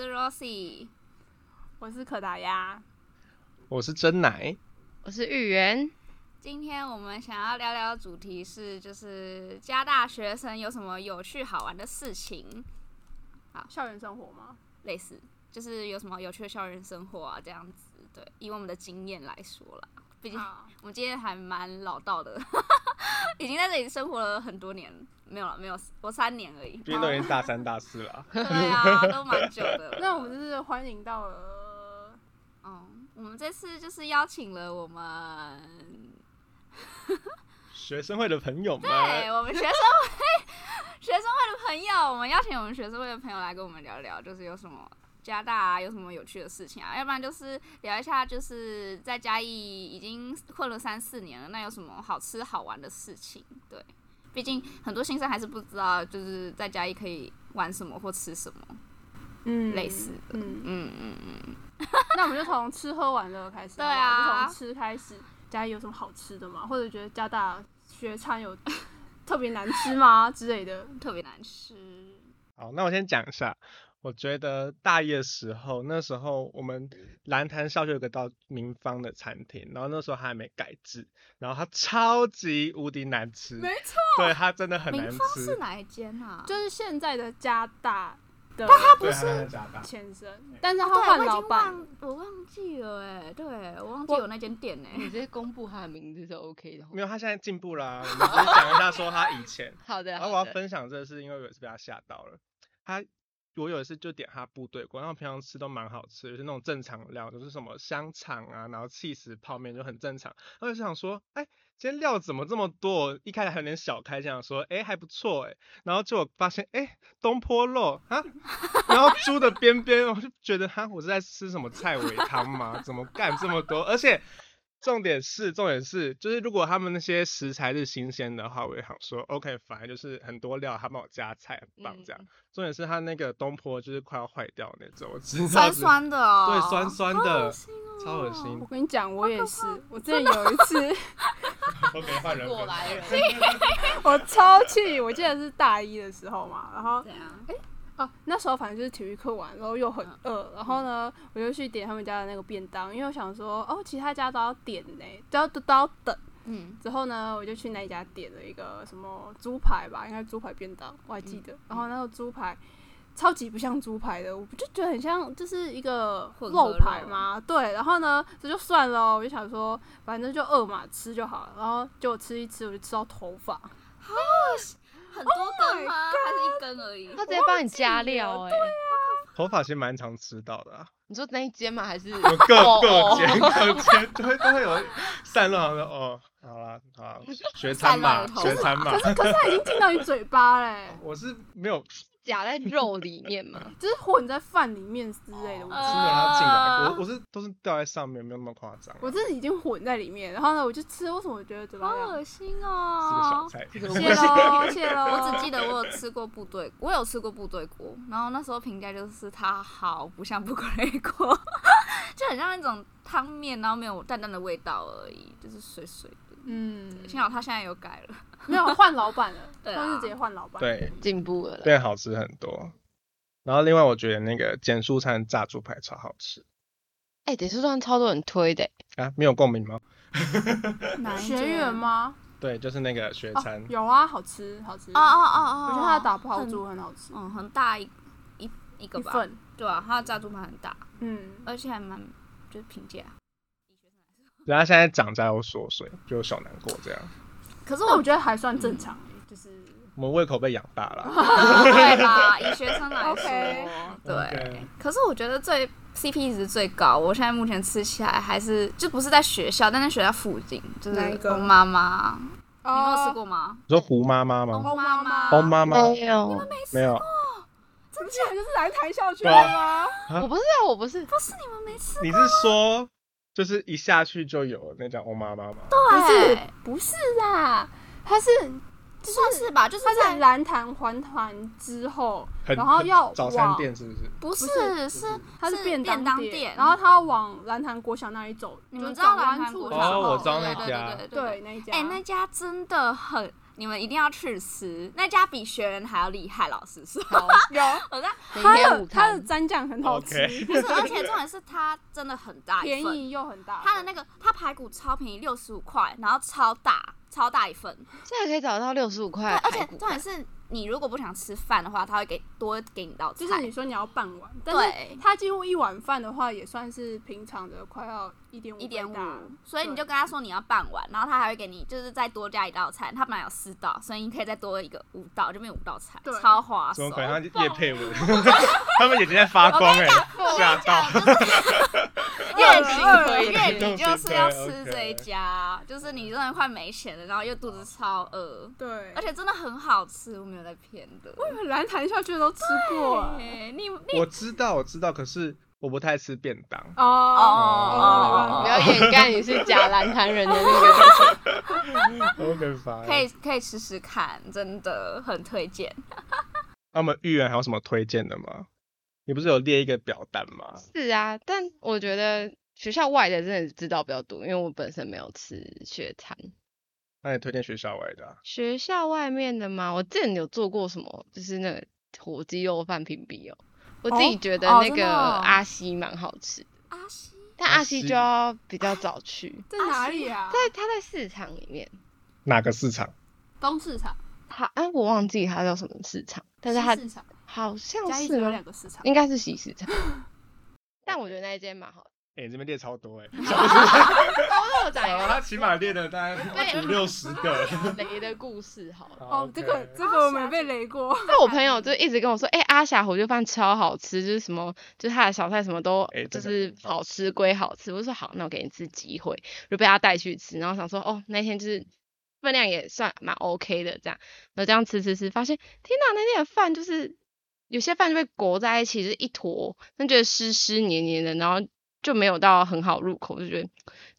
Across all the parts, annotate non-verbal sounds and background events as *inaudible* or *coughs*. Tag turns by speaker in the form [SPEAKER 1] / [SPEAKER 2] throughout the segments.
[SPEAKER 1] Chelsea，我是可达鸭。
[SPEAKER 2] 我是真奶，
[SPEAKER 3] 我是芋圆，
[SPEAKER 1] 今天我们想要聊聊的主题是，就是加大学生有什么有趣好玩的事情，
[SPEAKER 4] 校园生活吗？
[SPEAKER 1] 类似就是有什么有趣的校园生活啊，这样子。对，以我们的经验来说啦，毕竟
[SPEAKER 4] 啊，
[SPEAKER 1] 我们今天还蛮老道的， *laughs* 已经在这里生活了很多年，没有了，没有，我三年而已。
[SPEAKER 2] 毕竟都已经大三大四了啊。
[SPEAKER 1] 对啊，都蛮久的了。
[SPEAKER 4] *laughs* 那我们就是欢迎到了
[SPEAKER 1] 嗯，我们这次就是邀请了我们
[SPEAKER 2] 学生会的朋友们，
[SPEAKER 1] 对哎我们学生会学生会的朋友，我们邀请我们学生会的朋友来跟我们聊聊，就是有什么加大啊，有什么有趣的事情啊，要不然就是聊一下，就是在嘉义已经混了三四年了，那有什么好吃好玩的事情？对，毕竟很多新生还是不知道，就是在嘉义可以玩什么或吃什么。
[SPEAKER 4] 嗯
[SPEAKER 1] 类似的
[SPEAKER 4] 嗯，
[SPEAKER 1] 嗯嗯嗯，
[SPEAKER 4] 那我们就从吃喝玩乐开始好不好，
[SPEAKER 1] 对啊
[SPEAKER 4] 就从吃开始。家里有什么好吃的吗？或者觉得加大学餐有特别难吃吗 *laughs* 之类的？
[SPEAKER 1] 嗯特别难吃。
[SPEAKER 2] 好，那我先讲一下。我觉得大一的时候，那时候我们蓝潭校区有个叫民芳的餐厅，然后那时候它还没改制，然后它超级无敌难吃，
[SPEAKER 4] 没
[SPEAKER 2] 错，对，它真的很
[SPEAKER 1] 民
[SPEAKER 2] 难
[SPEAKER 1] 芳
[SPEAKER 2] 吃
[SPEAKER 1] 是，哪一间 *laughs* 啊？
[SPEAKER 4] 就是现在的加大的
[SPEAKER 2] 对，它在加大，
[SPEAKER 4] 前身，但是他
[SPEAKER 1] 哦对，我已
[SPEAKER 4] 换
[SPEAKER 1] 经
[SPEAKER 4] 老板了
[SPEAKER 1] 忘，我忘记了哎、对我忘记
[SPEAKER 3] 我
[SPEAKER 1] 有那间店哎、
[SPEAKER 3] 你直接公布他的名字是 OK 的哦。
[SPEAKER 2] 没有，它现在进步啦、我们只是讲一下说它以前，
[SPEAKER 3] 好的，
[SPEAKER 2] 然后啊我要
[SPEAKER 3] 好的
[SPEAKER 2] 分享这个是因为我有一次被他吓到了，他我有一次就点他部队锅，然后平常吃都蛮好吃，就是那种正常料，就是什么香肠啊，然后气死泡面就很正常。我就想说，哎，今天料怎么这么多？一开始还有点小开，想说，哎，还不错哎。然后结果发现，哎，东坡肉啊，然后猪的边边，我就觉得哈，我是在吃什么菜尾汤吗？怎么干这么多？而且重点是，重点是，就是如果他们那些食材是新鲜的话，我也想说 OK，反正就是很多料，他帮我加菜，很棒这样。重点是他那个东坡就是快要坏掉那种，我知道
[SPEAKER 1] 酸
[SPEAKER 2] 是
[SPEAKER 1] 酸的哦，
[SPEAKER 2] 对，酸酸的，
[SPEAKER 1] 哦
[SPEAKER 2] 超恶心
[SPEAKER 4] 我。跟你讲，我也是，我之前有一次 *laughs*
[SPEAKER 2] OK，换人
[SPEAKER 3] 过
[SPEAKER 2] 分
[SPEAKER 3] 来人，
[SPEAKER 4] 我超气，我记得是大一的时候嘛，然后
[SPEAKER 1] 怎样？哎
[SPEAKER 4] 哦，那时候反正就是体育课完，然后又很
[SPEAKER 1] 嗯
[SPEAKER 4] 饿，然后呢，我就去点他们家的那个便当，因为我想说，哦，其他家都要点呢、都要都都要等。
[SPEAKER 1] 嗯，
[SPEAKER 4] 之后呢，我就去那一家点了一个什么猪排吧，应该猪排便当，我还记
[SPEAKER 1] 嗯
[SPEAKER 4] 得。然后那个猪排超级不像猪排的，我就觉得很像就是一个
[SPEAKER 1] 混合
[SPEAKER 4] 肉排嘛，对。然后呢，这就算了哦，我就想说，反正就饿嘛，吃就好了。然后就吃一吃，我就吃到
[SPEAKER 1] *laughs*
[SPEAKER 4] 头发，
[SPEAKER 1] 很多根吗还是一根而已？
[SPEAKER 3] 他直接帮你加料
[SPEAKER 2] *laughs*
[SPEAKER 3] 哎、
[SPEAKER 1] 啊
[SPEAKER 2] 头发其实蛮常吃到的、啊，
[SPEAKER 3] 你说那一间吗？
[SPEAKER 2] *laughs*
[SPEAKER 3] 还是
[SPEAKER 2] 有各
[SPEAKER 3] 哦
[SPEAKER 2] 各
[SPEAKER 3] 哦
[SPEAKER 2] 间各间都会都会有散落，好像哦，好啦好啦，学餐
[SPEAKER 1] 散落
[SPEAKER 2] 嘛
[SPEAKER 1] 的头
[SPEAKER 2] 学餐嘛
[SPEAKER 4] 可，是可是它已经进到你嘴巴嘞，
[SPEAKER 2] 我是没有
[SPEAKER 3] 夹在肉里面嘛？
[SPEAKER 4] 就是混在饭里面之类的。我
[SPEAKER 2] 吃的它进来，我我是都是掉在上面，没有那么夸张啊，
[SPEAKER 4] 我这已经混在里面，然后呢，我就吃，为什么我觉得嘴巴
[SPEAKER 1] 好
[SPEAKER 4] 凉？
[SPEAKER 1] 恶心
[SPEAKER 2] 是个小
[SPEAKER 1] 哦！
[SPEAKER 2] 菜。
[SPEAKER 3] 这个
[SPEAKER 4] 哦谢喽，谢喽。
[SPEAKER 1] 我只记得我有吃过部队，我有吃过部队锅，然后那时候评价就是它好不像部队锅， *laughs* 就很像那种汤面，然后没有淡淡的味道而已，就是水水的。
[SPEAKER 4] 嗯，
[SPEAKER 1] 幸好它现在有改了，
[SPEAKER 4] 没有换老板了，
[SPEAKER 1] 对啊
[SPEAKER 4] 他是直接换老板。，
[SPEAKER 2] 对，
[SPEAKER 3] 进步了啦。
[SPEAKER 2] 变好吃很多。然后另外我觉得那个简素餐炸猪排超好吃
[SPEAKER 3] 哎、得是算超多人推的、
[SPEAKER 2] 啊，没有共鸣吗？
[SPEAKER 1] 哪一间
[SPEAKER 4] 学员？吗？
[SPEAKER 2] 对，就是那个学
[SPEAKER 4] 哦
[SPEAKER 2] 餐，
[SPEAKER 4] 有啊，好吃，好吃。
[SPEAKER 1] 哦哦哦哦，
[SPEAKER 4] 我觉得他的打泡
[SPEAKER 1] 很
[SPEAKER 4] 猪很好吃，
[SPEAKER 1] 嗯，很大一一一个
[SPEAKER 4] 一
[SPEAKER 1] 吧，
[SPEAKER 4] 份。
[SPEAKER 1] 对啊，它的炸猪排很大，
[SPEAKER 4] 嗯，
[SPEAKER 1] 而且还蛮就是评价。
[SPEAKER 2] 人家现在涨价又缩水，就有小难过这样。
[SPEAKER 1] 可是
[SPEAKER 4] 那
[SPEAKER 1] 我
[SPEAKER 4] 我觉得还算正常，就是
[SPEAKER 2] 我们胃口被养大了，
[SPEAKER 1] 对吧？以学生来
[SPEAKER 4] OK
[SPEAKER 1] 说，对
[SPEAKER 2] OK。
[SPEAKER 1] 可是我觉得最 CP 值最高，我现在目前吃起来还是就不是在学校，但在学校附近，就是
[SPEAKER 4] 哪一个
[SPEAKER 1] 欧妈妈，
[SPEAKER 4] 嗯你
[SPEAKER 1] 你有没有吃？过吗？
[SPEAKER 2] 你说胡妈妈吗？
[SPEAKER 4] 哦
[SPEAKER 1] 欧妈妈
[SPEAKER 2] 胡妈妈
[SPEAKER 3] 欸没有，
[SPEAKER 2] 没有，
[SPEAKER 4] 这不是就是来台校区
[SPEAKER 2] 对
[SPEAKER 4] 的
[SPEAKER 2] 啊
[SPEAKER 4] 吗？
[SPEAKER 2] 啊
[SPEAKER 3] 我不是啊，我不是，
[SPEAKER 1] 不是你们哦没吃
[SPEAKER 2] 你是说就是一下去就有那叫欧妈妈吗？
[SPEAKER 1] 过？
[SPEAKER 4] 不是
[SPEAKER 1] 哎，
[SPEAKER 4] 不是啦，他是
[SPEAKER 1] 算是吧，就是
[SPEAKER 4] 他在
[SPEAKER 1] 在
[SPEAKER 4] 蓝潭环团之后，
[SPEAKER 2] 很
[SPEAKER 4] 然后要
[SPEAKER 2] 很早餐
[SPEAKER 4] 往
[SPEAKER 2] 店是不是？
[SPEAKER 1] 不
[SPEAKER 4] 不
[SPEAKER 1] 是是
[SPEAKER 4] 它
[SPEAKER 1] 是
[SPEAKER 4] 是便
[SPEAKER 1] 便
[SPEAKER 4] 当
[SPEAKER 1] 店，
[SPEAKER 4] 然后它往蓝潭国小那里走，
[SPEAKER 1] 你们
[SPEAKER 4] 就
[SPEAKER 1] 知
[SPEAKER 4] 是
[SPEAKER 1] 道
[SPEAKER 4] 转弯
[SPEAKER 1] 蓝潭
[SPEAKER 4] 处
[SPEAKER 1] 国
[SPEAKER 4] 的
[SPEAKER 1] 小哎
[SPEAKER 4] 时
[SPEAKER 2] 哦
[SPEAKER 4] 候
[SPEAKER 2] 我知道
[SPEAKER 1] 对
[SPEAKER 2] 那
[SPEAKER 1] 对
[SPEAKER 2] 家
[SPEAKER 1] 对对对
[SPEAKER 4] 对那一家，
[SPEAKER 1] 哎、那家真的很你们一定要去吃，那家比学人还要厉害。老实 *laughs* 说，
[SPEAKER 4] 有
[SPEAKER 1] 我在
[SPEAKER 3] 明
[SPEAKER 4] 它
[SPEAKER 3] 天
[SPEAKER 4] 的
[SPEAKER 3] 午
[SPEAKER 4] 它的
[SPEAKER 3] 餐
[SPEAKER 4] 蘸酱很好吃
[SPEAKER 2] OK
[SPEAKER 1] *laughs* 不是，而且重点是它真的很大
[SPEAKER 4] 便
[SPEAKER 1] 一份，
[SPEAKER 4] 宜又很大份。
[SPEAKER 1] 它的那个它排骨超便宜，六十五块，然后超大超大一份，
[SPEAKER 3] 现在可以找到六十五
[SPEAKER 1] 对，
[SPEAKER 3] 块的
[SPEAKER 1] 而
[SPEAKER 3] 排
[SPEAKER 1] 且
[SPEAKER 3] 骨
[SPEAKER 1] 重点是你如果不想吃饭的话，它会给多给你一道菜，
[SPEAKER 4] 就是你说你要半碗，但
[SPEAKER 1] 对
[SPEAKER 4] 是它几乎一碗饭的话，也算是平常的快要一点五
[SPEAKER 1] 一点五，所以你
[SPEAKER 4] 对
[SPEAKER 1] 就跟他说你要半碗，然后他还会给你就是再多加一道菜，他本来有四道，所以你可以再多一个五道，就变五道菜
[SPEAKER 4] 对，
[SPEAKER 1] 超划
[SPEAKER 2] 怎
[SPEAKER 1] 算
[SPEAKER 2] 么。可能？他叶佩文，他们眼睛在发光哎、吓到！
[SPEAKER 1] 月
[SPEAKER 3] 饿了
[SPEAKER 1] 底月底就是要吃这一
[SPEAKER 2] 对，OK
[SPEAKER 1] 家，就是你真的快没钱了，然后又肚子超饿，
[SPEAKER 4] 对，
[SPEAKER 1] 而且真的很好吃，我没有在骗的。
[SPEAKER 4] 蓝潭校区的都吃过啊
[SPEAKER 1] 对你你
[SPEAKER 2] 我知道，我知道，可是我不太吃便
[SPEAKER 4] *laughs*
[SPEAKER 2] 当。
[SPEAKER 4] 哦，
[SPEAKER 3] 不
[SPEAKER 4] 哦
[SPEAKER 3] 要掩盖你是假蓝潭人的那个
[SPEAKER 2] OK fine。
[SPEAKER 1] 可以可以试试看，真的很推荐。
[SPEAKER 2] 那我们芋圆还有什么推荐的吗？你不是有列一个表单吗？
[SPEAKER 3] *laughs* 是啊，但我觉得学校外的真的知道比较多，因为我本身没有吃学餐。
[SPEAKER 2] 那你推荐学校外的啊、
[SPEAKER 3] 学校外面的吗？我之前有做过什么，就是那个火鸡肉饭评比哦，我自己
[SPEAKER 4] 哦
[SPEAKER 3] 觉得
[SPEAKER 4] 哦
[SPEAKER 3] 那
[SPEAKER 4] 真的
[SPEAKER 3] 个
[SPEAKER 4] 哦
[SPEAKER 3] 阿西蛮好吃，
[SPEAKER 1] 阿西，
[SPEAKER 3] 但
[SPEAKER 2] 阿
[SPEAKER 3] 阿西
[SPEAKER 2] 西
[SPEAKER 3] 就要比较早去，
[SPEAKER 4] 在哪里
[SPEAKER 1] *laughs*
[SPEAKER 4] 啊？
[SPEAKER 3] 在它在市场里面，
[SPEAKER 2] 哪个市场？
[SPEAKER 4] 东市场，
[SPEAKER 3] 它哎我忘记它叫什么市场，但是它
[SPEAKER 4] 西市场，
[SPEAKER 3] 好像
[SPEAKER 4] 嘉义只
[SPEAKER 3] 是
[SPEAKER 4] 有
[SPEAKER 3] 吗
[SPEAKER 4] 两？个市场。
[SPEAKER 3] 应该是西市场， *laughs* 但我觉得那一间蛮好的，
[SPEAKER 2] 哎、你这边列超 *laughs* 多哎、
[SPEAKER 4] 哦
[SPEAKER 3] 高豆仔
[SPEAKER 2] 好，
[SPEAKER 3] 有
[SPEAKER 2] 他起码列了大概
[SPEAKER 3] 对
[SPEAKER 2] 五六十个。
[SPEAKER 4] *laughs*
[SPEAKER 3] 雷的故事好了。
[SPEAKER 2] 好
[SPEAKER 4] 哦，这个
[SPEAKER 2] OK
[SPEAKER 4] 这个我没被雷过，
[SPEAKER 3] 那我朋友就一直跟我说，哎、阿霞火鸡饭超好吃，就是什么，就是他的小菜什么都
[SPEAKER 2] 诶
[SPEAKER 3] 就
[SPEAKER 2] 真的
[SPEAKER 3] 是
[SPEAKER 2] 很好
[SPEAKER 3] 好吃归好吃。我就说好，那我给你一次机会，就被他带去吃。然后想说，哦，那天就是分量也算蛮 OK 的这样。然后这样吃吃吃，发现天哪，那天的饭就是有些饭就被裹在一起，就是一坨，那觉得湿湿黏黏的，然后就没有到很好入口，就觉得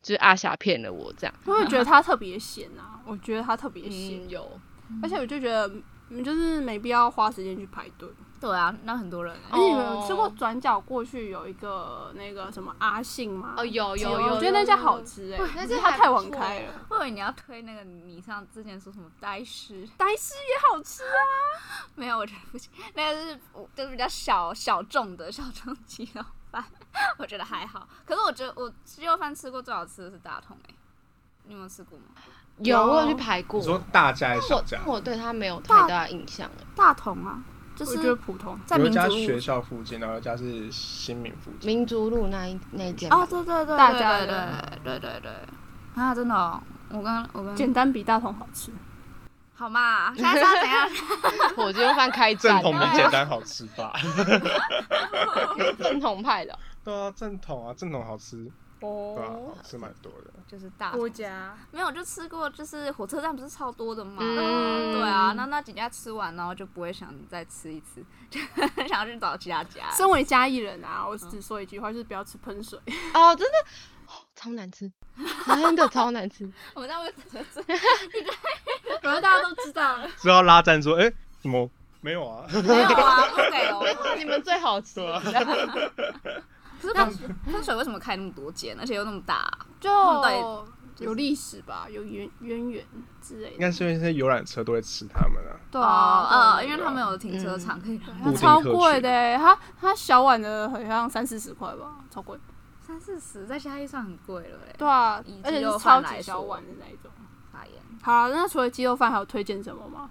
[SPEAKER 3] 就是阿霞骗了我这样。
[SPEAKER 4] 我会觉得它特别咸啊，我觉得它特别咸
[SPEAKER 3] 嗯，，有。
[SPEAKER 4] 而且我就觉得嗯就是没必要花时间去排队。
[SPEAKER 1] 对啊，那很多人欸
[SPEAKER 4] 而哎且你们有吃过
[SPEAKER 3] 哦
[SPEAKER 4] 转角过去有一个那个什么阿信吗？
[SPEAKER 3] 哦，有有有，
[SPEAKER 4] 我觉得那家好吃哎、
[SPEAKER 3] 那
[SPEAKER 4] 可是
[SPEAKER 3] 家
[SPEAKER 4] 它
[SPEAKER 3] 还
[SPEAKER 4] 太
[SPEAKER 3] 不
[SPEAKER 4] 晚
[SPEAKER 3] 错哎
[SPEAKER 4] 开了。
[SPEAKER 1] 我以为你要推那个你上之前说什么呆师，
[SPEAKER 4] 呆师也好吃啊，
[SPEAKER 1] *laughs* 没有，我觉得不行，那个是我就是比较小小众的小众鸡肉饭， *laughs* 我觉得还好。可是我觉得我鸡肉饭吃过最好吃的是大同哎、你有没有吃过吗？
[SPEAKER 3] 有我有去排过。
[SPEAKER 2] 你说大家还是小
[SPEAKER 3] 我
[SPEAKER 2] 家？
[SPEAKER 3] 我对他没有太
[SPEAKER 1] 大
[SPEAKER 3] 大印象了。
[SPEAKER 1] 大同啊，就
[SPEAKER 4] 我觉得
[SPEAKER 1] 是
[SPEAKER 4] 普通。
[SPEAKER 1] 在
[SPEAKER 2] 有
[SPEAKER 1] 民
[SPEAKER 2] 一
[SPEAKER 1] 族
[SPEAKER 2] 家
[SPEAKER 1] 路
[SPEAKER 2] 学校附近，然后一家是新民附近。
[SPEAKER 3] 民族路那一那一间吧
[SPEAKER 1] 哦，对对对，
[SPEAKER 4] 大
[SPEAKER 1] 对
[SPEAKER 4] 家
[SPEAKER 1] 对
[SPEAKER 4] 的
[SPEAKER 1] 对对对对啊，真的、哦，我跟我跟
[SPEAKER 4] 简单比大同好吃。
[SPEAKER 3] 嗯
[SPEAKER 1] 好嘛，现在是要怎样？ *laughs*
[SPEAKER 3] 火鸡肉饭开
[SPEAKER 2] 正
[SPEAKER 3] 战，
[SPEAKER 2] 统比简单好吃吧？ *laughs*
[SPEAKER 3] 正统派的哦。
[SPEAKER 2] 对啊，正统啊，正统好吃，对啊吧、
[SPEAKER 4] 哦，
[SPEAKER 2] 是蛮多的。
[SPEAKER 1] 就是大
[SPEAKER 4] 郭
[SPEAKER 1] 同
[SPEAKER 4] 家
[SPEAKER 1] 没有，就吃过，就是火车站不是超多的嘛。
[SPEAKER 3] 嗯
[SPEAKER 1] 对啊，那那几家吃完，然后就不会想再吃一次，就很想要去找其他家。
[SPEAKER 4] 身为嘉义人啊，我
[SPEAKER 3] 嗯
[SPEAKER 4] 只说一句话，就是不要吃喷
[SPEAKER 3] *laughs*
[SPEAKER 4] 水。
[SPEAKER 3] 哦，真的哦超难吃，真的超难吃。
[SPEAKER 1] 我们在问这这
[SPEAKER 4] 反正大家都知道了，
[SPEAKER 2] 之后拉赞助，哎、怎么没有啊？ *laughs*
[SPEAKER 1] 没有啊，不给哦。
[SPEAKER 3] 你们最好吃。
[SPEAKER 1] 可是喷水喷水为什么开那么多间，而且又那么大？
[SPEAKER 4] 就
[SPEAKER 1] 对
[SPEAKER 4] 有历史吧，有渊渊源之类
[SPEAKER 2] 应
[SPEAKER 4] 的。
[SPEAKER 2] 该是因为现在游览车都会吃他们啊。
[SPEAKER 4] 对
[SPEAKER 1] 哦
[SPEAKER 4] 啊，
[SPEAKER 1] 呃，因为他们有停车场可以
[SPEAKER 4] 对
[SPEAKER 2] 固
[SPEAKER 4] 它
[SPEAKER 2] 定
[SPEAKER 4] 超
[SPEAKER 2] 客
[SPEAKER 4] 贵
[SPEAKER 2] 群
[SPEAKER 4] 的欸，它它小碗的好像三四十块吧，超贵。
[SPEAKER 1] 三四十，在嘉义算很贵了嘞。
[SPEAKER 4] 对啊
[SPEAKER 1] 以，
[SPEAKER 4] 而且
[SPEAKER 1] 鸡肉
[SPEAKER 4] 是
[SPEAKER 1] 饭
[SPEAKER 4] 超
[SPEAKER 1] 来
[SPEAKER 4] 级小
[SPEAKER 1] 说
[SPEAKER 4] 碗的那一种。
[SPEAKER 1] 发言，
[SPEAKER 4] 好啊，那除了鸡肉饭，还有推荐什么吗？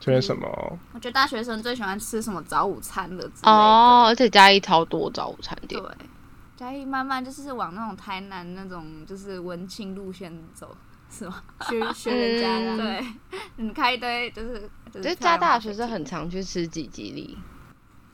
[SPEAKER 2] 推荐什么？
[SPEAKER 1] 我觉得大学生最喜欢吃什么早午餐的之类的。
[SPEAKER 3] 哦，而且嘉义超多早午餐店
[SPEAKER 1] 对，，嘉义慢慢就是往那种台南那种就是文青路线走，是吗？
[SPEAKER 4] *laughs* 学学人家啦。
[SPEAKER 3] 嗯
[SPEAKER 1] 对， *laughs* 你开一堆就是，就
[SPEAKER 3] 我
[SPEAKER 1] 是
[SPEAKER 3] 觉得
[SPEAKER 1] 漂
[SPEAKER 3] 加
[SPEAKER 1] 亮
[SPEAKER 3] 大
[SPEAKER 1] 的
[SPEAKER 3] 学生很常去吃吉吉利，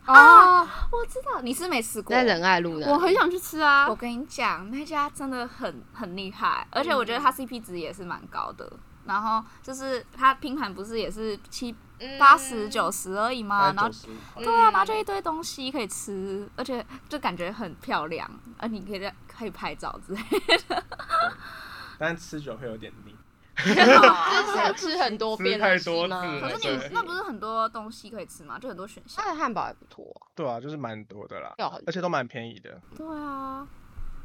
[SPEAKER 4] 哦，
[SPEAKER 1] 我知道你是没吃过
[SPEAKER 3] 在。仁爱路那里。
[SPEAKER 4] 我很想去吃啊
[SPEAKER 1] 我。跟你讲，那家真的很很厉害，而且我觉得它 CP 值也是蛮高的。然后就是它拼盘不是也是七
[SPEAKER 3] 嗯
[SPEAKER 1] 八十九十而已吗？然后
[SPEAKER 2] 后
[SPEAKER 1] 对啊，然后就一堆东西可以吃，而且就感觉很漂亮，而你可以在可以拍照之类的。
[SPEAKER 2] 但吃久会有点腻。
[SPEAKER 3] 就是要吃很多遍的
[SPEAKER 2] 吃太多
[SPEAKER 3] 吗
[SPEAKER 2] 次了
[SPEAKER 1] 可
[SPEAKER 2] 对
[SPEAKER 1] 是你们那不是很多东西可以吃吗？就很多选项。
[SPEAKER 3] 它的汉堡也不错哦，
[SPEAKER 2] 对啊，就是蛮多的啦
[SPEAKER 3] 要很，
[SPEAKER 2] 而且都蛮便宜的。 *laughs*
[SPEAKER 1] 对啊，欸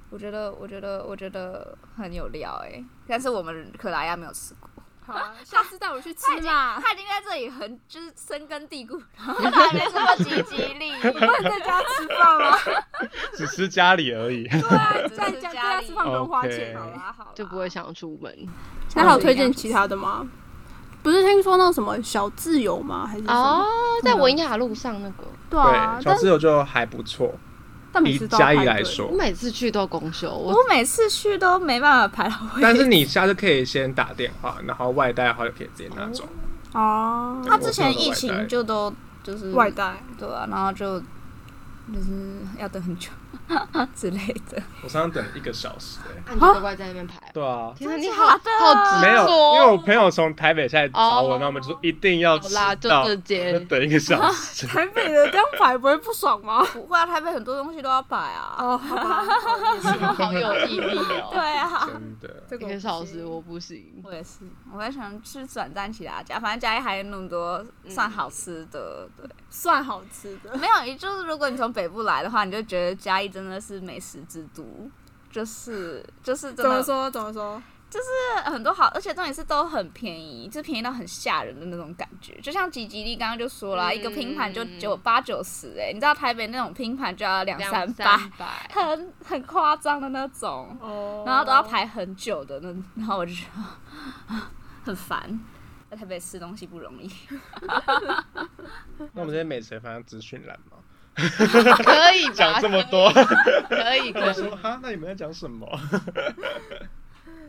[SPEAKER 1] 我觉得，我觉得，我觉得很有料哎、但是我们可达鸭没有吃过。
[SPEAKER 4] 好啊，下次带我去吃嘛。
[SPEAKER 1] 他已经在这里很就是深根蒂固，然后 *laughs* 他还没这么积极力，
[SPEAKER 4] 不能在家吃饭 *laughs* 吗？
[SPEAKER 2] 只吃家里而已。
[SPEAKER 4] 对啊，
[SPEAKER 1] 只
[SPEAKER 4] 在
[SPEAKER 1] 是
[SPEAKER 4] 家
[SPEAKER 1] 家
[SPEAKER 4] 在家
[SPEAKER 1] 里
[SPEAKER 4] 吃饭不用花钱，
[SPEAKER 2] OK
[SPEAKER 4] 好啦好啦。
[SPEAKER 3] 就不会想出门。
[SPEAKER 4] 啊那还有推荐其他的吗？不是听说那什么小自由吗？还是什么？
[SPEAKER 3] 哦，在文雅路上那个，
[SPEAKER 4] 对啊，
[SPEAKER 2] 对，小
[SPEAKER 4] 但
[SPEAKER 2] 自由就还不
[SPEAKER 1] *laughs*
[SPEAKER 2] 错，
[SPEAKER 4] 但每
[SPEAKER 2] 以
[SPEAKER 4] 次都要
[SPEAKER 2] 嘉义
[SPEAKER 4] 排
[SPEAKER 2] 来
[SPEAKER 4] 队
[SPEAKER 2] 说
[SPEAKER 3] 我，每次去都公休，
[SPEAKER 1] *laughs*
[SPEAKER 3] 我
[SPEAKER 1] 我每次去都没办法排到位。
[SPEAKER 2] 但是你下次可以先打电话，然后外带的话就可以直接拿走。
[SPEAKER 4] 哦，
[SPEAKER 1] *laughs* 他之前疫情就都就是
[SPEAKER 4] 外 *laughs* 带
[SPEAKER 1] 对啊，然后就就是要等很久 *laughs* 之类的。
[SPEAKER 2] 我上次等一个小时、欸，
[SPEAKER 3] 那你就乖乖在那边排。
[SPEAKER 2] 对啊，
[SPEAKER 3] 天啊，
[SPEAKER 1] 啊真
[SPEAKER 3] 你
[SPEAKER 1] 的
[SPEAKER 3] 好好
[SPEAKER 1] 假的
[SPEAKER 3] 执
[SPEAKER 2] 没有，
[SPEAKER 3] 着
[SPEAKER 2] 因为我朋友从台北下来找我，
[SPEAKER 3] 啊哦
[SPEAKER 2] 然后我们就说一定要
[SPEAKER 3] 好
[SPEAKER 2] 吃
[SPEAKER 3] 啦，就
[SPEAKER 2] 到，
[SPEAKER 3] 这
[SPEAKER 2] 就
[SPEAKER 3] 间。
[SPEAKER 2] 等一个小时。
[SPEAKER 4] 台北的这样排不会不爽吗？
[SPEAKER 1] 不会啊，台北很多东西都要摆 *laughs* 啊。
[SPEAKER 4] 哦，好吧，
[SPEAKER 3] 你们好有毅力
[SPEAKER 1] 对
[SPEAKER 3] 哦！
[SPEAKER 1] 啊，
[SPEAKER 2] 真
[SPEAKER 4] *laughs*
[SPEAKER 2] 的，
[SPEAKER 4] 这
[SPEAKER 3] 一个小时我不行，
[SPEAKER 1] 我也是，我还想去转战其他家，反正家里还有那么多算好吃的。对，
[SPEAKER 4] 算好吃 *laughs* 的。
[SPEAKER 1] 没有，也就是如果你从北部来的话，你就觉得嘉义真的是美食之都。就是就是真
[SPEAKER 4] 怎么
[SPEAKER 1] 的
[SPEAKER 4] 说？怎么说？
[SPEAKER 1] 很多好，而且重点是都很便宜，就便宜到很吓人的那种感觉。就像吉吉利刚刚就说了，
[SPEAKER 3] 嗯
[SPEAKER 1] 一个拼盘就九八九十，哎，你知道台北那种拼盘就要两三
[SPEAKER 3] 两
[SPEAKER 1] 百，
[SPEAKER 3] 三百，
[SPEAKER 1] 很很夸张的那种，
[SPEAKER 4] 哦
[SPEAKER 1] 然后都要。排很久的那，然后我就觉得 *laughs* 啊很烦。在台北吃东西不容易，
[SPEAKER 2] 那我们这些美食放在资讯栏
[SPEAKER 3] *laughs*
[SPEAKER 2] 吗？
[SPEAKER 3] 可以吧？
[SPEAKER 2] 讲这么多，
[SPEAKER 3] 可以，
[SPEAKER 2] *laughs*
[SPEAKER 3] 啊可
[SPEAKER 2] 我
[SPEAKER 3] 以。
[SPEAKER 2] 说哈，那你们在讲什么？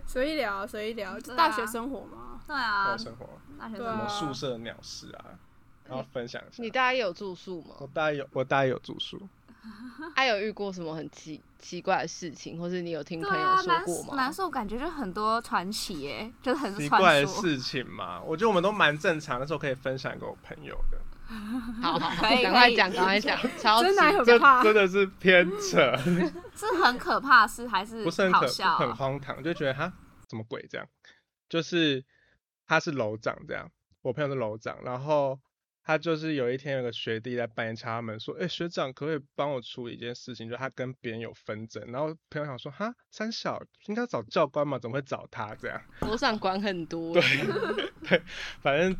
[SPEAKER 4] 随意聊，随意聊，
[SPEAKER 1] 对
[SPEAKER 4] 就
[SPEAKER 1] 啊
[SPEAKER 4] 大学生活嘛。
[SPEAKER 1] 对啊
[SPEAKER 2] 我，生活，
[SPEAKER 1] 大学
[SPEAKER 4] 对
[SPEAKER 2] 什
[SPEAKER 1] 生
[SPEAKER 2] 么
[SPEAKER 4] 啊
[SPEAKER 2] 宿舍鸟事啊，然后分享一下
[SPEAKER 3] 嗯你。大概有住宿
[SPEAKER 2] 我
[SPEAKER 3] 吗？
[SPEAKER 2] 大概有，我大概有住宿，
[SPEAKER 1] 嗯
[SPEAKER 3] 还有遇过什么很奇奇怪的事情，或是你有听
[SPEAKER 1] 对
[SPEAKER 3] 朋友
[SPEAKER 1] 啊，
[SPEAKER 3] 说
[SPEAKER 1] 南
[SPEAKER 3] 过吗
[SPEAKER 1] 南？树感觉就很多传奇耶，就是很
[SPEAKER 2] 奇
[SPEAKER 1] 多传
[SPEAKER 2] 怪的
[SPEAKER 1] 说。
[SPEAKER 2] 事情嘛，我觉得我们都蛮正常的，时候可以分享给我朋友的。
[SPEAKER 3] 好好好，
[SPEAKER 1] 可以
[SPEAKER 3] 赶
[SPEAKER 1] 可
[SPEAKER 3] 快
[SPEAKER 1] 以
[SPEAKER 3] 讲，赶快讲，超级
[SPEAKER 4] 真的很
[SPEAKER 2] 这
[SPEAKER 4] 可
[SPEAKER 3] 啊
[SPEAKER 4] 怕。
[SPEAKER 2] 真的是偏扯，
[SPEAKER 1] 是很可怕的事还是
[SPEAKER 2] 不是很
[SPEAKER 1] 好
[SPEAKER 2] 可
[SPEAKER 1] 笑
[SPEAKER 2] 很
[SPEAKER 1] 啊？
[SPEAKER 2] 荒唐，就觉得哈什么鬼这样，就是他是楼长这样，我朋友是楼长，然后他就是有一天有个学弟在半夜敲他门说，哎、学长可不可以帮我处理一件事情，就是他跟别人有纷争，然后朋友想说哈三小应该找教官嘛，怎么会找他
[SPEAKER 1] *laughs*
[SPEAKER 2] 这样？
[SPEAKER 3] 楼上管很多。对，
[SPEAKER 2] 反正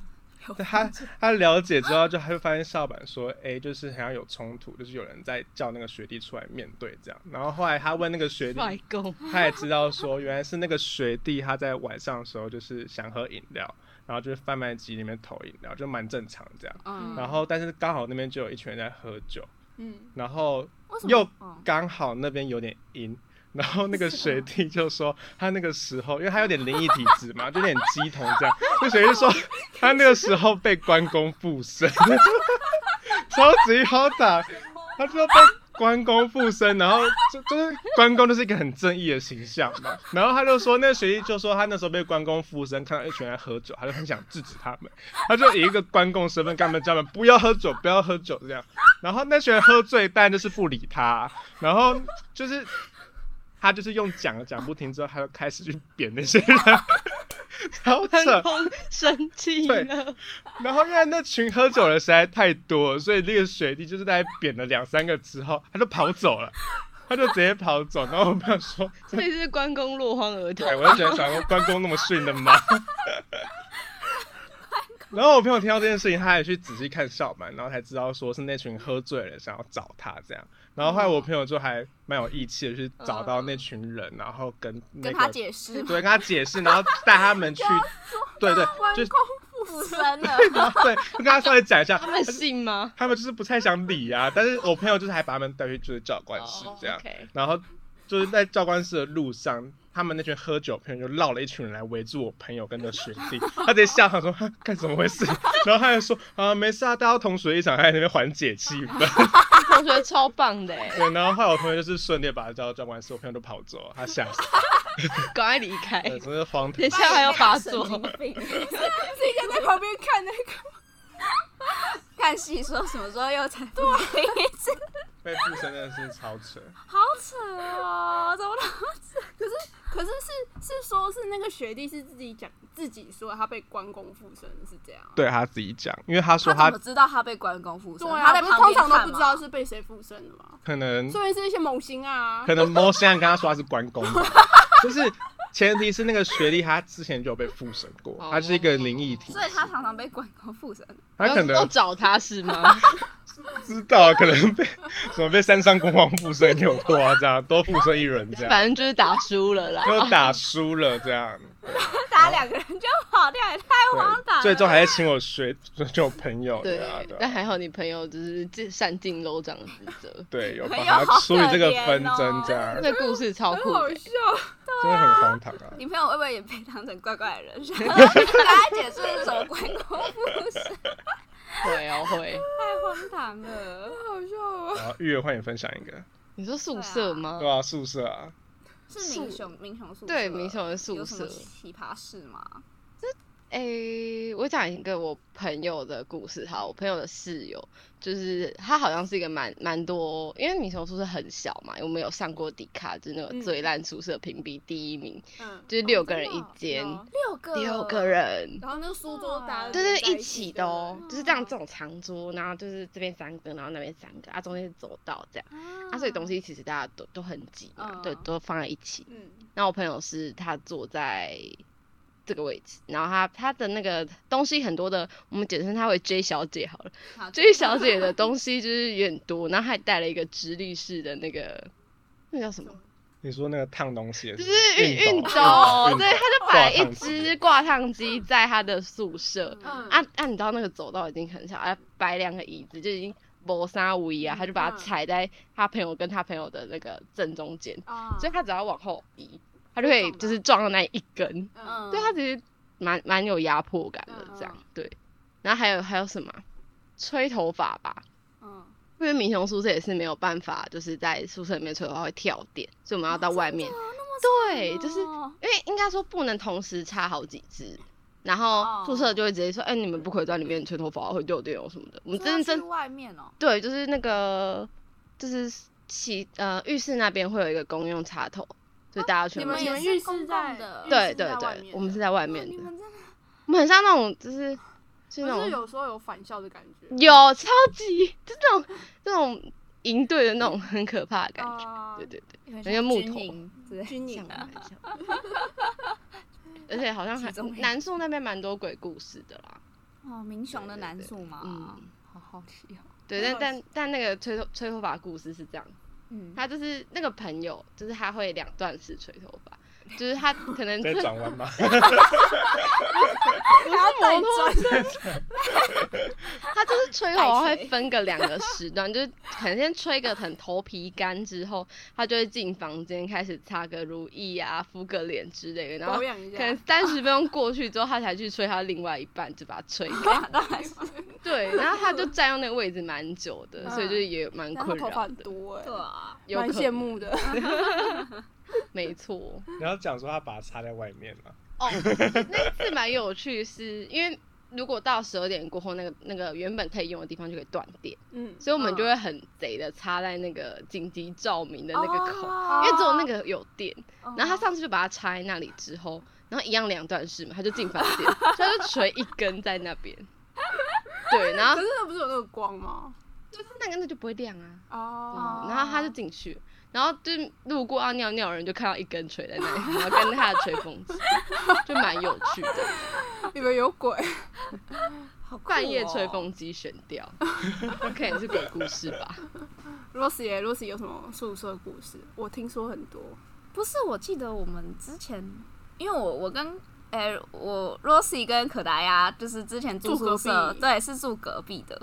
[SPEAKER 2] 他他了解之后，就他就发现校板说，哎、就是好像有冲突，就是有人在叫那个学弟出来面对这样。然后后来他问那个学弟，
[SPEAKER 3] 外公，
[SPEAKER 2] 他也知道说，原来是那个学弟他在晚上的时候就是想喝饮料，然后就是贩卖机里面投饮料，就蛮正常这样。
[SPEAKER 1] 嗯，
[SPEAKER 2] 然后但是刚好那边就有一群人在喝酒，
[SPEAKER 4] 嗯，
[SPEAKER 2] 然后
[SPEAKER 1] 为什么
[SPEAKER 2] 又
[SPEAKER 1] 嗯
[SPEAKER 2] 刚好那边有点阴， *laughs* 然后那个学弟就说他那个时候，因为他有点灵异体质嘛，就有点鸡同这样，那学弟说他那个时候被关公附身， *laughs* 超级好打，他就被。关公附身，然后就就是关公就是一个很正义的形象嘛。然后他就说，那个学弟就说他那时候被关公附身，看到一群人在喝酒，他就很想制止他们，他就以一个关公身份跟他们叫他们不要喝酒，不要喝酒这样。然后那群人喝醉，但就是不理他，然后就是他就是用讲了讲不停之后，他就开始去扁那些人，超
[SPEAKER 3] 关 *laughs*
[SPEAKER 2] 扯。
[SPEAKER 3] 公生气
[SPEAKER 2] 啊对
[SPEAKER 3] 了，
[SPEAKER 2] 然后因为那群喝酒的实在太多了，所以那个学弟就是在扁了两三个之后，他就跑走了，他就直接跑走。然后我朋友说
[SPEAKER 3] 所以是关公落荒而：“逃
[SPEAKER 2] 对，。我就觉得想说关公那么逊的吗？”然后我朋友听到这件事情，他也去仔细看校门，然后才知道说是那群喝醉了想要找他这样。然后后来我朋友就还蛮有义气的去找到那群人，然后跟那
[SPEAKER 1] 跟
[SPEAKER 2] 个
[SPEAKER 1] 他解
[SPEAKER 2] *laughs*
[SPEAKER 1] 释
[SPEAKER 2] 对，跟他解释，然后带他们去，对对，就
[SPEAKER 1] 附身了，
[SPEAKER 2] 然后对，就跟他稍微讲一下，
[SPEAKER 3] 他们信吗？
[SPEAKER 2] 他们就是不太想理啊，但是我朋友就是还把他们带去就是教官室这样
[SPEAKER 3] 哦，OK
[SPEAKER 2] 然后就是在教官室的路上，他们那群喝酒的朋友就绕了一群人来围住我朋友跟那个学弟，他直接吓他说哈干怎么回事， *laughs* 然后他就说啊没事啊，大家同学一场，还在那边缓解气氛，
[SPEAKER 3] 同学超棒的欸，
[SPEAKER 2] 对，然后后来我朋友就是顺便把他叫到教官室，我朋友就跑走了，他吓死了，
[SPEAKER 3] 赶快离开，
[SPEAKER 2] 对真是荒唐
[SPEAKER 3] 等一，下还要发作。
[SPEAKER 4] 自己在旁边看那个，
[SPEAKER 1] 看戏说什么时候又才对，
[SPEAKER 2] 被附身真的是超扯，
[SPEAKER 1] 好扯哦，怎么了？
[SPEAKER 4] 可是是是说是那个学弟是自己讲自己说他被关公附身是这样啊。
[SPEAKER 2] 对他自己讲，因为他说
[SPEAKER 1] 他
[SPEAKER 2] 他
[SPEAKER 1] 怎么知道他被关公附身？
[SPEAKER 4] 对啊，
[SPEAKER 1] 他在
[SPEAKER 4] 不
[SPEAKER 1] 旁
[SPEAKER 4] 是
[SPEAKER 1] 边
[SPEAKER 4] 通常
[SPEAKER 1] 看
[SPEAKER 4] 都
[SPEAKER 1] 吗
[SPEAKER 4] 不知道是被谁附身的嘛， *laughs*
[SPEAKER 3] 嗯
[SPEAKER 2] 可能
[SPEAKER 4] 所以是一些猛禽啊。
[SPEAKER 2] 可能猫现在跟他说他是关公吧，就是前提是那个学历他之前就有被附身过，他是一个灵异体，
[SPEAKER 1] 所以他常常被管控附身。
[SPEAKER 2] 他可
[SPEAKER 3] 要
[SPEAKER 2] 能
[SPEAKER 3] 找他是吗？
[SPEAKER 2] 知道，可能被什么被三山国王附身有过啊，这样多附身一人
[SPEAKER 3] *laughs*
[SPEAKER 2] 这样，
[SPEAKER 3] 反正就是打输了啦。
[SPEAKER 2] 又打输了这样，
[SPEAKER 1] 打两个人就跑掉，也太荒唐
[SPEAKER 2] 对，
[SPEAKER 1] 了。
[SPEAKER 2] 最终还是请我学，就朋友
[SPEAKER 3] 对
[SPEAKER 2] 对啊，对啊。
[SPEAKER 3] 但还好你朋友就是尽善尽搂这样的职责
[SPEAKER 2] 对，有
[SPEAKER 1] 朋
[SPEAKER 2] 帮
[SPEAKER 1] 友
[SPEAKER 2] 他
[SPEAKER 1] 好
[SPEAKER 2] 处理
[SPEAKER 1] 可
[SPEAKER 2] 这个
[SPEAKER 1] 怜
[SPEAKER 2] 纷
[SPEAKER 1] 哦
[SPEAKER 2] 争这样，
[SPEAKER 3] 那故事超酷
[SPEAKER 4] 好
[SPEAKER 3] 的欸，
[SPEAKER 4] 笑，
[SPEAKER 2] 真的很荒唐啊。
[SPEAKER 1] 你朋友会不会也被当成怪怪的人？想要跟大家解释是什么管控附身，
[SPEAKER 3] 会哦会。
[SPEAKER 1] 太荒唐了。
[SPEAKER 4] 好笑哦！
[SPEAKER 2] 然后玉儿换你分享一个，
[SPEAKER 3] 你说宿舍吗
[SPEAKER 2] 对？啊，宿舍啊，
[SPEAKER 1] 是民雄民雄宿舍，
[SPEAKER 3] 对民雄的宿
[SPEAKER 1] 有什么
[SPEAKER 3] 舍
[SPEAKER 1] 奇葩事吗？
[SPEAKER 3] 诶、我讲一个我朋友的故事哈，我朋友的室友，就是他好像是一个蛮蛮多，因为米虫宿舍很小嘛，我们有上过迪卡，就是那个
[SPEAKER 4] 嗯
[SPEAKER 3] 最烂宿舍评比第一名，
[SPEAKER 4] 嗯，哦
[SPEAKER 3] 就是六个人一间，
[SPEAKER 4] 有
[SPEAKER 1] 六个
[SPEAKER 3] 六个，人， *laughs*
[SPEAKER 4] 然后那个书桌搭
[SPEAKER 1] 对
[SPEAKER 3] 对
[SPEAKER 4] 连
[SPEAKER 3] 对，
[SPEAKER 4] 在
[SPEAKER 3] 一
[SPEAKER 4] 一
[SPEAKER 3] 起
[SPEAKER 4] 的啊
[SPEAKER 3] 的哦，就是这样
[SPEAKER 1] 哦
[SPEAKER 3] 这种长桌，然后就是这边三个，然后那边三个，啊中间是走道这样，啊所以东
[SPEAKER 1] 西
[SPEAKER 3] 西其实大家都都很挤嘛，对，
[SPEAKER 1] 嗯
[SPEAKER 3] 都放在一起。
[SPEAKER 4] 嗯，
[SPEAKER 3] 然后我朋友是他坐在这个位置，然后他他的那个东西很多的，我们简称她为 J 小姐好了。J 小姐的东西就是有点多，然后还带了一个直立式的那个那叫什么？
[SPEAKER 2] 你说那个烫东西的
[SPEAKER 3] *laughs* 就
[SPEAKER 2] 不
[SPEAKER 3] 是
[SPEAKER 2] 是啊
[SPEAKER 3] 熨熨
[SPEAKER 2] 熨
[SPEAKER 3] 斗，
[SPEAKER 2] 熨
[SPEAKER 3] 对，他就
[SPEAKER 2] 挂
[SPEAKER 3] 摆一
[SPEAKER 2] 烫机
[SPEAKER 3] 只挂烫机在他的宿舍。
[SPEAKER 4] 嗯
[SPEAKER 3] 啊啊，你知道那个走道已经很小，啊，摆两个椅子就已经磨砂无疑啊，他就把它
[SPEAKER 4] 嗯
[SPEAKER 3] 踩在他朋友跟他朋友的那个正中间，
[SPEAKER 4] 啊
[SPEAKER 3] 所以他只要往后移，他就可以
[SPEAKER 4] 撞到
[SPEAKER 3] 就是撞到那一根，
[SPEAKER 4] 嗯
[SPEAKER 3] 对他其实蛮蛮有压迫感的这样，对。然后还有还有什么啊吹头发吧，
[SPEAKER 4] 嗯，
[SPEAKER 3] 因为民雄宿舍也是没有办法，就是在宿舍里面吹头发会跳电，所以我们要到外
[SPEAKER 4] 哦
[SPEAKER 3] 面。
[SPEAKER 1] 嗯
[SPEAKER 3] 对，就是
[SPEAKER 1] 哦
[SPEAKER 3] 因为应该说不能同时插好几支，然后宿舍就会直接说，哎、你们不可以在里面吹头发，会丢电哦什么的。我们
[SPEAKER 1] 啊
[SPEAKER 3] 真真
[SPEAKER 1] 外面哦，
[SPEAKER 3] 对，就是那个就是洗呃浴室那边会有一个公用插头，所以大家全
[SPEAKER 1] 你
[SPEAKER 3] 部
[SPEAKER 1] 们
[SPEAKER 3] 洗
[SPEAKER 1] 也
[SPEAKER 4] 浴
[SPEAKER 1] 是公
[SPEAKER 4] 室
[SPEAKER 1] 共
[SPEAKER 4] 在
[SPEAKER 1] 的
[SPEAKER 4] 浴
[SPEAKER 3] 对
[SPEAKER 4] 室在
[SPEAKER 3] 对
[SPEAKER 4] 外
[SPEAKER 3] 对，
[SPEAKER 4] 面
[SPEAKER 3] 我们
[SPEAKER 4] 的啊
[SPEAKER 3] 是在外面
[SPEAKER 4] 哦
[SPEAKER 1] 你
[SPEAKER 3] 的，
[SPEAKER 1] 们真的
[SPEAKER 3] 我们很像那种就是是那
[SPEAKER 4] 不
[SPEAKER 3] 种
[SPEAKER 4] 是有时候有返校的感觉，
[SPEAKER 3] 有超级就是那种那种营队的那种很可怕的感觉，
[SPEAKER 4] 啊
[SPEAKER 3] 对对对，
[SPEAKER 1] 有
[SPEAKER 3] 像木头
[SPEAKER 1] 军营之类
[SPEAKER 4] 军营
[SPEAKER 3] 像蛮像，而且好像还
[SPEAKER 1] 其中一
[SPEAKER 3] 南宋那边蛮多鬼故事的啦。
[SPEAKER 1] 哦，民雄的
[SPEAKER 3] 对对
[SPEAKER 1] 男
[SPEAKER 3] 对
[SPEAKER 1] 宿嘛，啊
[SPEAKER 3] 嗯，
[SPEAKER 1] 好好奇哦，
[SPEAKER 3] 对，
[SPEAKER 4] 那
[SPEAKER 3] 但
[SPEAKER 4] 个
[SPEAKER 3] 但但那个吹头吹头发故事是这样，
[SPEAKER 1] 嗯，
[SPEAKER 3] 他就是那个朋友，就是他会两段式吹头发，就是他可
[SPEAKER 2] *laughs* *laughs*
[SPEAKER 3] 能
[SPEAKER 2] 在
[SPEAKER 3] 吹
[SPEAKER 2] 转弯吗？
[SPEAKER 3] 不是摩托车，他就是吹头发会分个两个时段，就是可能先吹个很头皮干之后，他就会进房间开始擦个乳液啊、敷个脸之类的，然后
[SPEAKER 4] 保养一
[SPEAKER 3] 可
[SPEAKER 4] 下，
[SPEAKER 3] 能三十分钟过去之后，他才去吹他另外一半，就把它吹干。
[SPEAKER 4] *laughs*
[SPEAKER 1] 啊当然是
[SPEAKER 3] *laughs* 对，然后他就占用那个位置蛮久的，
[SPEAKER 4] 嗯
[SPEAKER 3] 所以就是也蛮
[SPEAKER 4] 然后
[SPEAKER 3] 困
[SPEAKER 4] 头发
[SPEAKER 3] 扰
[SPEAKER 4] 很
[SPEAKER 3] 的，
[SPEAKER 4] 多哎，
[SPEAKER 1] 对啊，
[SPEAKER 3] 有
[SPEAKER 4] 蛮
[SPEAKER 3] 可
[SPEAKER 4] 羡
[SPEAKER 3] 能
[SPEAKER 1] *laughs*
[SPEAKER 4] 慕的。
[SPEAKER 3] 没错。
[SPEAKER 2] 你要讲说他把它插在外面嘛？
[SPEAKER 3] 哦，那一次蛮有趣是，因为如果到十二点过后，那个那个原本可以用的地方就可以断电，
[SPEAKER 4] 嗯，
[SPEAKER 3] 所以我们
[SPEAKER 1] 嗯
[SPEAKER 3] 就会很贼的插在那个紧急照明的那个口，
[SPEAKER 1] 哦
[SPEAKER 3] 因为只有那个有电。
[SPEAKER 1] 哦
[SPEAKER 3] 然后他上次就把它插在那里之后，然后一样两段式嘛，他就进房间，所以他就垂一根在那边。对，然后
[SPEAKER 4] 可是那不是有那个光吗？
[SPEAKER 3] 就是那个那就不会亮啊。
[SPEAKER 4] 哦
[SPEAKER 3] 嗯，然后他就进去，然后就是路过要尿尿的人就看到一根垂在那里，然后跟他的吹风机，就蛮有趣的。
[SPEAKER 4] 以为有鬼， *laughs*
[SPEAKER 1] 好酷
[SPEAKER 3] 半夜
[SPEAKER 1] 哦
[SPEAKER 3] 吹，风机悬吊，可能是鬼故事吧？
[SPEAKER 4] Rosie 耶，Rosie 有什么宿舍故事？我听说很多。
[SPEAKER 1] 不是，我记得我们之前，因为我我跟哎、我 Rosie 跟可达鸭就是之前住
[SPEAKER 4] 住隔
[SPEAKER 1] 宿舍，
[SPEAKER 4] 壁
[SPEAKER 1] 对，是住隔壁的。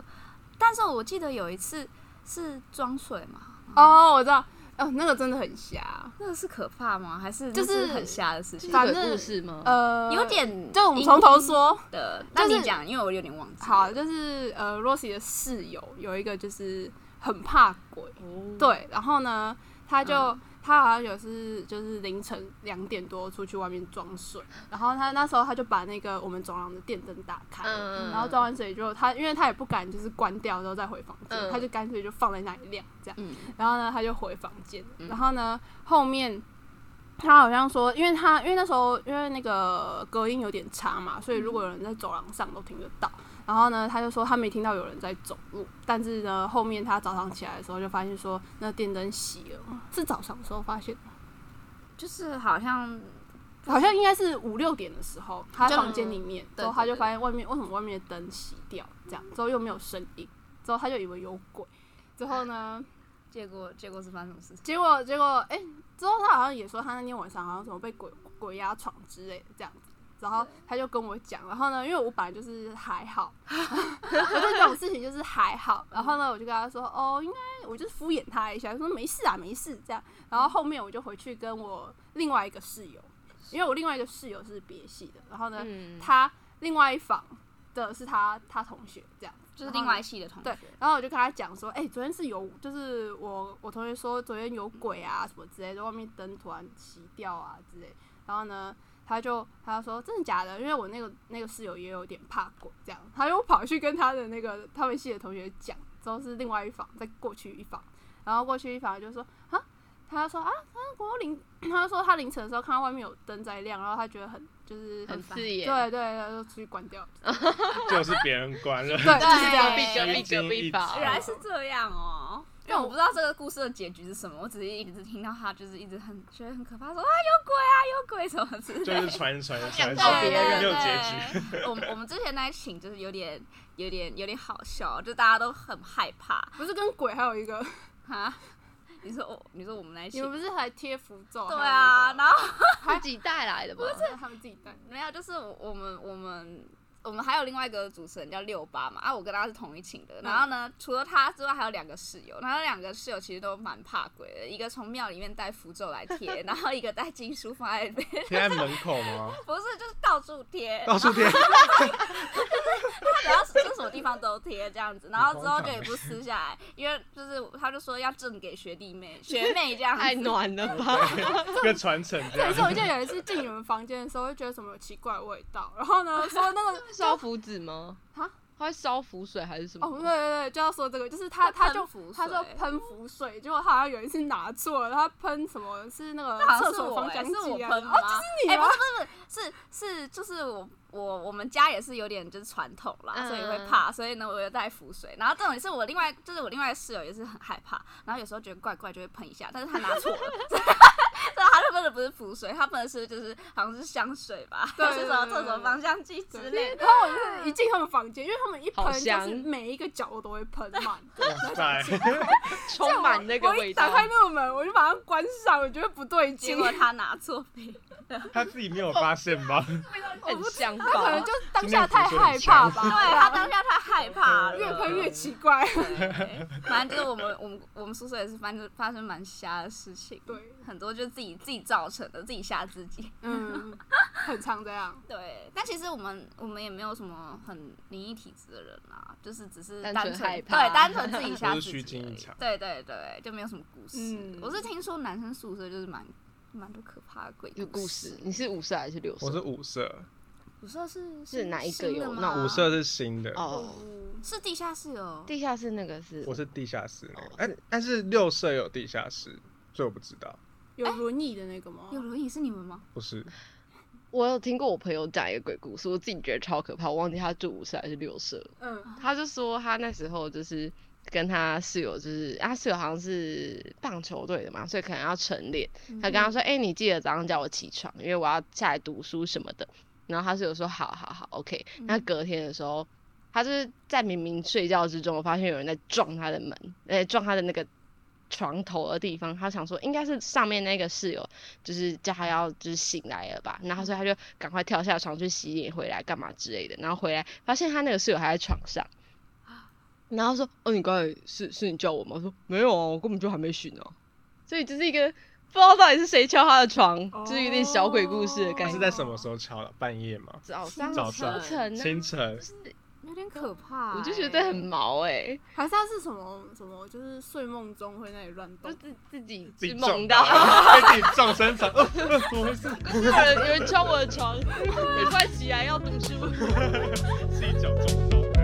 [SPEAKER 1] 但是我记得有一次是装水嘛，
[SPEAKER 3] 嗯
[SPEAKER 4] 哦，我知道，哦，那个真的很瞎，
[SPEAKER 1] 那个是可怕吗？还是
[SPEAKER 4] 就是
[SPEAKER 1] 那很瞎的事情？
[SPEAKER 4] 反
[SPEAKER 3] 是
[SPEAKER 4] 正
[SPEAKER 3] 鬼故事吗？
[SPEAKER 4] 呃，
[SPEAKER 1] 有点
[SPEAKER 4] 就我们从头说
[SPEAKER 1] 阴的，
[SPEAKER 4] 就
[SPEAKER 1] 那
[SPEAKER 4] 是
[SPEAKER 1] 你讲，因为我有点忘记了。
[SPEAKER 4] 好，就是呃，Rosie 的室友有一个就是很怕鬼，
[SPEAKER 3] 哦，
[SPEAKER 4] 对，然后呢，他就、
[SPEAKER 3] 嗯
[SPEAKER 4] 他好像有是就是凌晨两点多出去外面装水，然后他那时候他就把那个我们走廊的电灯打开了，
[SPEAKER 3] 嗯，嗯
[SPEAKER 4] 然后装完水之后，他因为他也不敢就是关掉之后再回房间，
[SPEAKER 3] 嗯
[SPEAKER 4] 他就干脆就放在那里晾这样。
[SPEAKER 1] 嗯，
[SPEAKER 4] 然后呢，他就回房间
[SPEAKER 3] 嗯。
[SPEAKER 4] 然后呢，后面他好像说，因为他因为那时候因为那个隔音有点差嘛，所以如果有人在走廊上都听得到。然后呢，他就说他没听到有人在走路，但是呢，后面他早上起来的时候就发现说那电灯熄了，是早上的时候发现的。
[SPEAKER 1] 就是好像
[SPEAKER 4] 好像应该是五六点的时候，他在
[SPEAKER 1] 就
[SPEAKER 4] 房间里面，
[SPEAKER 1] 对
[SPEAKER 4] 之后他
[SPEAKER 1] 对
[SPEAKER 4] 就
[SPEAKER 1] 对
[SPEAKER 4] 发现外面为什么外面的灯熄掉，这样之后又没有声音，之后他就以为有鬼，之后呢，
[SPEAKER 1] 结果结果是发生什么事情？
[SPEAKER 4] 结果结果哎、之后他好像也说他那天晚上好像什么被鬼鬼压床之类的这样子，然后他就跟我讲，然后呢，因为我本来就是
[SPEAKER 1] *laughs*
[SPEAKER 4] 还好，我对这种事情就是还好，然后呢，我就跟他说哦，应该我就是敷衍他一下，说没事啊没事这样，然后后面我就回去跟我另外一个室友，因为我另外一个室友是别系的，然后呢，
[SPEAKER 3] 嗯，
[SPEAKER 4] 他另外一房的是他他同学这样，
[SPEAKER 1] 就是
[SPEAKER 4] 然后
[SPEAKER 1] 另
[SPEAKER 4] 呢
[SPEAKER 1] 外系的
[SPEAKER 3] 啊
[SPEAKER 1] 同学
[SPEAKER 4] 对，然后我就跟他讲说，哎、昨天是有，就是我我同学说昨天有鬼啊什么之类的，外面灯突然熄掉啊之类。然后呢，他就他就说真的假的？因为我那个那个室友也有点怕鬼，这样，他又跑去跟他的那个他们系的同学讲，之后是另外一房再过去一房，然后过去一房就说啊，他就说啊，他我凌， *coughs* 他就说他凌晨的时候看到外面有灯在亮，然后他觉得很就是
[SPEAKER 3] 很
[SPEAKER 4] 烦
[SPEAKER 3] 刺眼
[SPEAKER 4] 对对对，就出去关
[SPEAKER 3] *laughs*
[SPEAKER 4] 掉了，
[SPEAKER 2] 就是别人关了。
[SPEAKER 4] 对，就是这
[SPEAKER 1] 对
[SPEAKER 4] 样。
[SPEAKER 3] 闭着
[SPEAKER 2] 虚
[SPEAKER 3] 闭着
[SPEAKER 2] 惊一
[SPEAKER 3] 闭
[SPEAKER 2] 场
[SPEAKER 1] 原来是这样哦。因为我不知道这个故事的结局是什么，我只是一直听到他就是一直很觉得很可怕，说啊有鬼啊有鬼什么之类
[SPEAKER 2] *laughs* 就
[SPEAKER 1] 的。
[SPEAKER 2] 是传传
[SPEAKER 1] *laughs*
[SPEAKER 2] 传
[SPEAKER 3] 到
[SPEAKER 2] 传，
[SPEAKER 3] 别人
[SPEAKER 2] 没有结局。
[SPEAKER 1] 局。我们我们之前那一群就是有点有点有点好笑，就大家都很害怕
[SPEAKER 4] 不是跟鬼还有一个，
[SPEAKER 1] 哈，你说我你说我们那一
[SPEAKER 4] 你
[SPEAKER 1] 群
[SPEAKER 4] 们不是还贴符咒？
[SPEAKER 1] 对啊，然后
[SPEAKER 3] 自己带来的吧？
[SPEAKER 4] 是他们自己带。
[SPEAKER 1] 没有就是我我们我们。我们还有另外一个主持人叫六八嘛，啊，我跟他是同一群的。然后呢，除了他之外，还有两个室友。然后两个室友其实都蛮怕鬼的，一个从庙里面带符咒来贴，然后一个带经书放在那边，
[SPEAKER 2] 贴在门口吗？
[SPEAKER 1] 不是就是到处贴，
[SPEAKER 2] 到处贴，
[SPEAKER 1] 然后就什么地方都贴这样子，然后之后就也不撕下来，因为就是他就说要赠给学弟妹、学妹这样
[SPEAKER 3] 太
[SPEAKER 1] 子。
[SPEAKER 3] 暖了吧？
[SPEAKER 2] 一个传承
[SPEAKER 3] 啊
[SPEAKER 2] 这
[SPEAKER 3] *laughs*
[SPEAKER 4] 但是我
[SPEAKER 2] 样。
[SPEAKER 4] 记得有一次进你们房间的时候，就觉得什么有奇怪的味道，然后呢说那个
[SPEAKER 3] 烧符纸吗？
[SPEAKER 4] 啊，
[SPEAKER 3] 他会烧符水还是什么？
[SPEAKER 4] 哦对对对，就要说这个，就是他他就
[SPEAKER 1] 喷符水
[SPEAKER 4] 他就喷符水，结果他好像有一次拿错了，他喷什么是那个
[SPEAKER 1] 好像
[SPEAKER 4] 厕
[SPEAKER 1] 是
[SPEAKER 4] 所
[SPEAKER 1] 我、
[SPEAKER 4] 芳
[SPEAKER 1] 欸，
[SPEAKER 4] 香
[SPEAKER 1] 是我
[SPEAKER 4] 剂啊？
[SPEAKER 1] 喷吗？
[SPEAKER 4] 哦，就是你
[SPEAKER 1] 哎、
[SPEAKER 4] 啊
[SPEAKER 1] 不！是不是，是是就是我我我们家也是有点就是传统啦，
[SPEAKER 3] 嗯
[SPEAKER 1] 所以会怕，所以呢我有带符水。然后这种也是我另外就是我另外的室友也是很害怕，然后有时候觉得怪怪就会喷一下，但是他拿错了。 *laughs* 所以所以他就喷的不是符水，他喷的是就是好像是香水吧，
[SPEAKER 4] 对
[SPEAKER 1] 还是什么厕所芳香剂之
[SPEAKER 4] 对
[SPEAKER 1] 类的。
[SPEAKER 4] 然后我就是一进他们房间，因为他们一
[SPEAKER 3] 好
[SPEAKER 4] 喷就
[SPEAKER 3] 香
[SPEAKER 4] 是每一个角都会喷满，
[SPEAKER 2] 哇塞，
[SPEAKER 3] 充满那个
[SPEAKER 4] 我
[SPEAKER 3] 味
[SPEAKER 4] 一
[SPEAKER 3] 道
[SPEAKER 4] 打。开那个门，我就把它关上，我觉得不对
[SPEAKER 1] *laughs* 结
[SPEAKER 4] 劲，
[SPEAKER 1] 果他拿错杯，
[SPEAKER 2] 他自己没有发现吗？
[SPEAKER 3] 很香
[SPEAKER 4] 他可能
[SPEAKER 3] 吧
[SPEAKER 4] 就？当下太害怕吧，
[SPEAKER 1] 对他当下太害怕了，
[SPEAKER 4] 越喷越奇怪。
[SPEAKER 1] 对，欸反正就是我们我们我们宿舍也是发生发生蛮瞎的事情，
[SPEAKER 4] 对，
[SPEAKER 1] 很多就自己自己造成的，自己吓自己。
[SPEAKER 4] *laughs* 嗯，很常这样。
[SPEAKER 1] 对，但其实我们我们也没有什么很灵异体质的人啊，就是只是
[SPEAKER 3] 单
[SPEAKER 1] 单
[SPEAKER 3] 纯
[SPEAKER 1] 纯
[SPEAKER 3] 害怕
[SPEAKER 1] 对，单纯自己吓
[SPEAKER 2] 都
[SPEAKER 1] 自
[SPEAKER 2] 是虚
[SPEAKER 1] 己
[SPEAKER 2] 惊
[SPEAKER 1] 而
[SPEAKER 2] 一
[SPEAKER 1] 已
[SPEAKER 2] 场。
[SPEAKER 1] 对对对，就没有什么故事。
[SPEAKER 4] 嗯
[SPEAKER 1] 我是听说男生宿舍就是蛮蛮多可怕的鬼
[SPEAKER 3] 有故
[SPEAKER 1] 事
[SPEAKER 3] 事，，嗯你是五色还是六
[SPEAKER 2] *laughs*
[SPEAKER 3] 色？
[SPEAKER 2] 我是五色，
[SPEAKER 1] 宿舍是
[SPEAKER 3] 是哪一个
[SPEAKER 1] 新的
[SPEAKER 3] 有
[SPEAKER 1] 吗
[SPEAKER 3] 那
[SPEAKER 2] 五色是新的，
[SPEAKER 3] 哦，
[SPEAKER 1] 是地下室哦，
[SPEAKER 3] 地下室那个是
[SPEAKER 2] 我是地下室那
[SPEAKER 3] 哦
[SPEAKER 2] 个。哎，但是六色有地下室，所以我不知道，
[SPEAKER 4] 有轮椅的那个吗？
[SPEAKER 1] 有轮椅是你们吗？
[SPEAKER 2] 不是。
[SPEAKER 3] 我有听过我朋友讲一个鬼故事，我自己觉得超可怕，我忘记他住五舍还是六舍。
[SPEAKER 4] 嗯，
[SPEAKER 3] 他就说他那时候就是跟他室友，就是啊他室友好像是棒球队的嘛，所以可能要晨练。他跟他说：“哎、你记得早上叫我起床，因为我要下来读书什么的。”然后他室友说：“好好好，OK。”那隔天的时候，他就是在明明睡觉之中，我发现有人在撞他的门，呃，撞他的那个床头的地方。他想说应该是上面那个室友，就是叫他要就是醒来了吧。然后所以他就赶快跳下床去洗脸回来干嘛之类的。然后回来发现他那个室友还在床上。啊然后说：“哦，你刚才是是你叫我吗？”我说：“没有啊，我根本就还没醒呢、啊所以就是一个不知道到底是谁敲他的床，就是有点小鬼故事的
[SPEAKER 4] 对
[SPEAKER 3] 感
[SPEAKER 2] 是
[SPEAKER 3] 觉。
[SPEAKER 2] 在什么时候敲的？半夜吗？
[SPEAKER 3] 哦早上
[SPEAKER 2] 早
[SPEAKER 3] 清
[SPEAKER 2] 上
[SPEAKER 3] 晨啊，
[SPEAKER 2] 清晨。
[SPEAKER 1] 有点可怕、欸
[SPEAKER 3] 我就觉得很毛哎、
[SPEAKER 4] 还是他是什么什么，就是睡梦中会那里乱
[SPEAKER 3] 就
[SPEAKER 4] 动。
[SPEAKER 3] 自自己
[SPEAKER 2] 自己
[SPEAKER 3] 是
[SPEAKER 2] 撞
[SPEAKER 3] 梦到，
[SPEAKER 2] 被 *laughs* 自己撞身场，呃呃怎么回事？
[SPEAKER 3] *laughs* 有
[SPEAKER 2] *laughs*
[SPEAKER 3] 人有人敲我的床，你快起来要读书。
[SPEAKER 2] 是一脚撞到。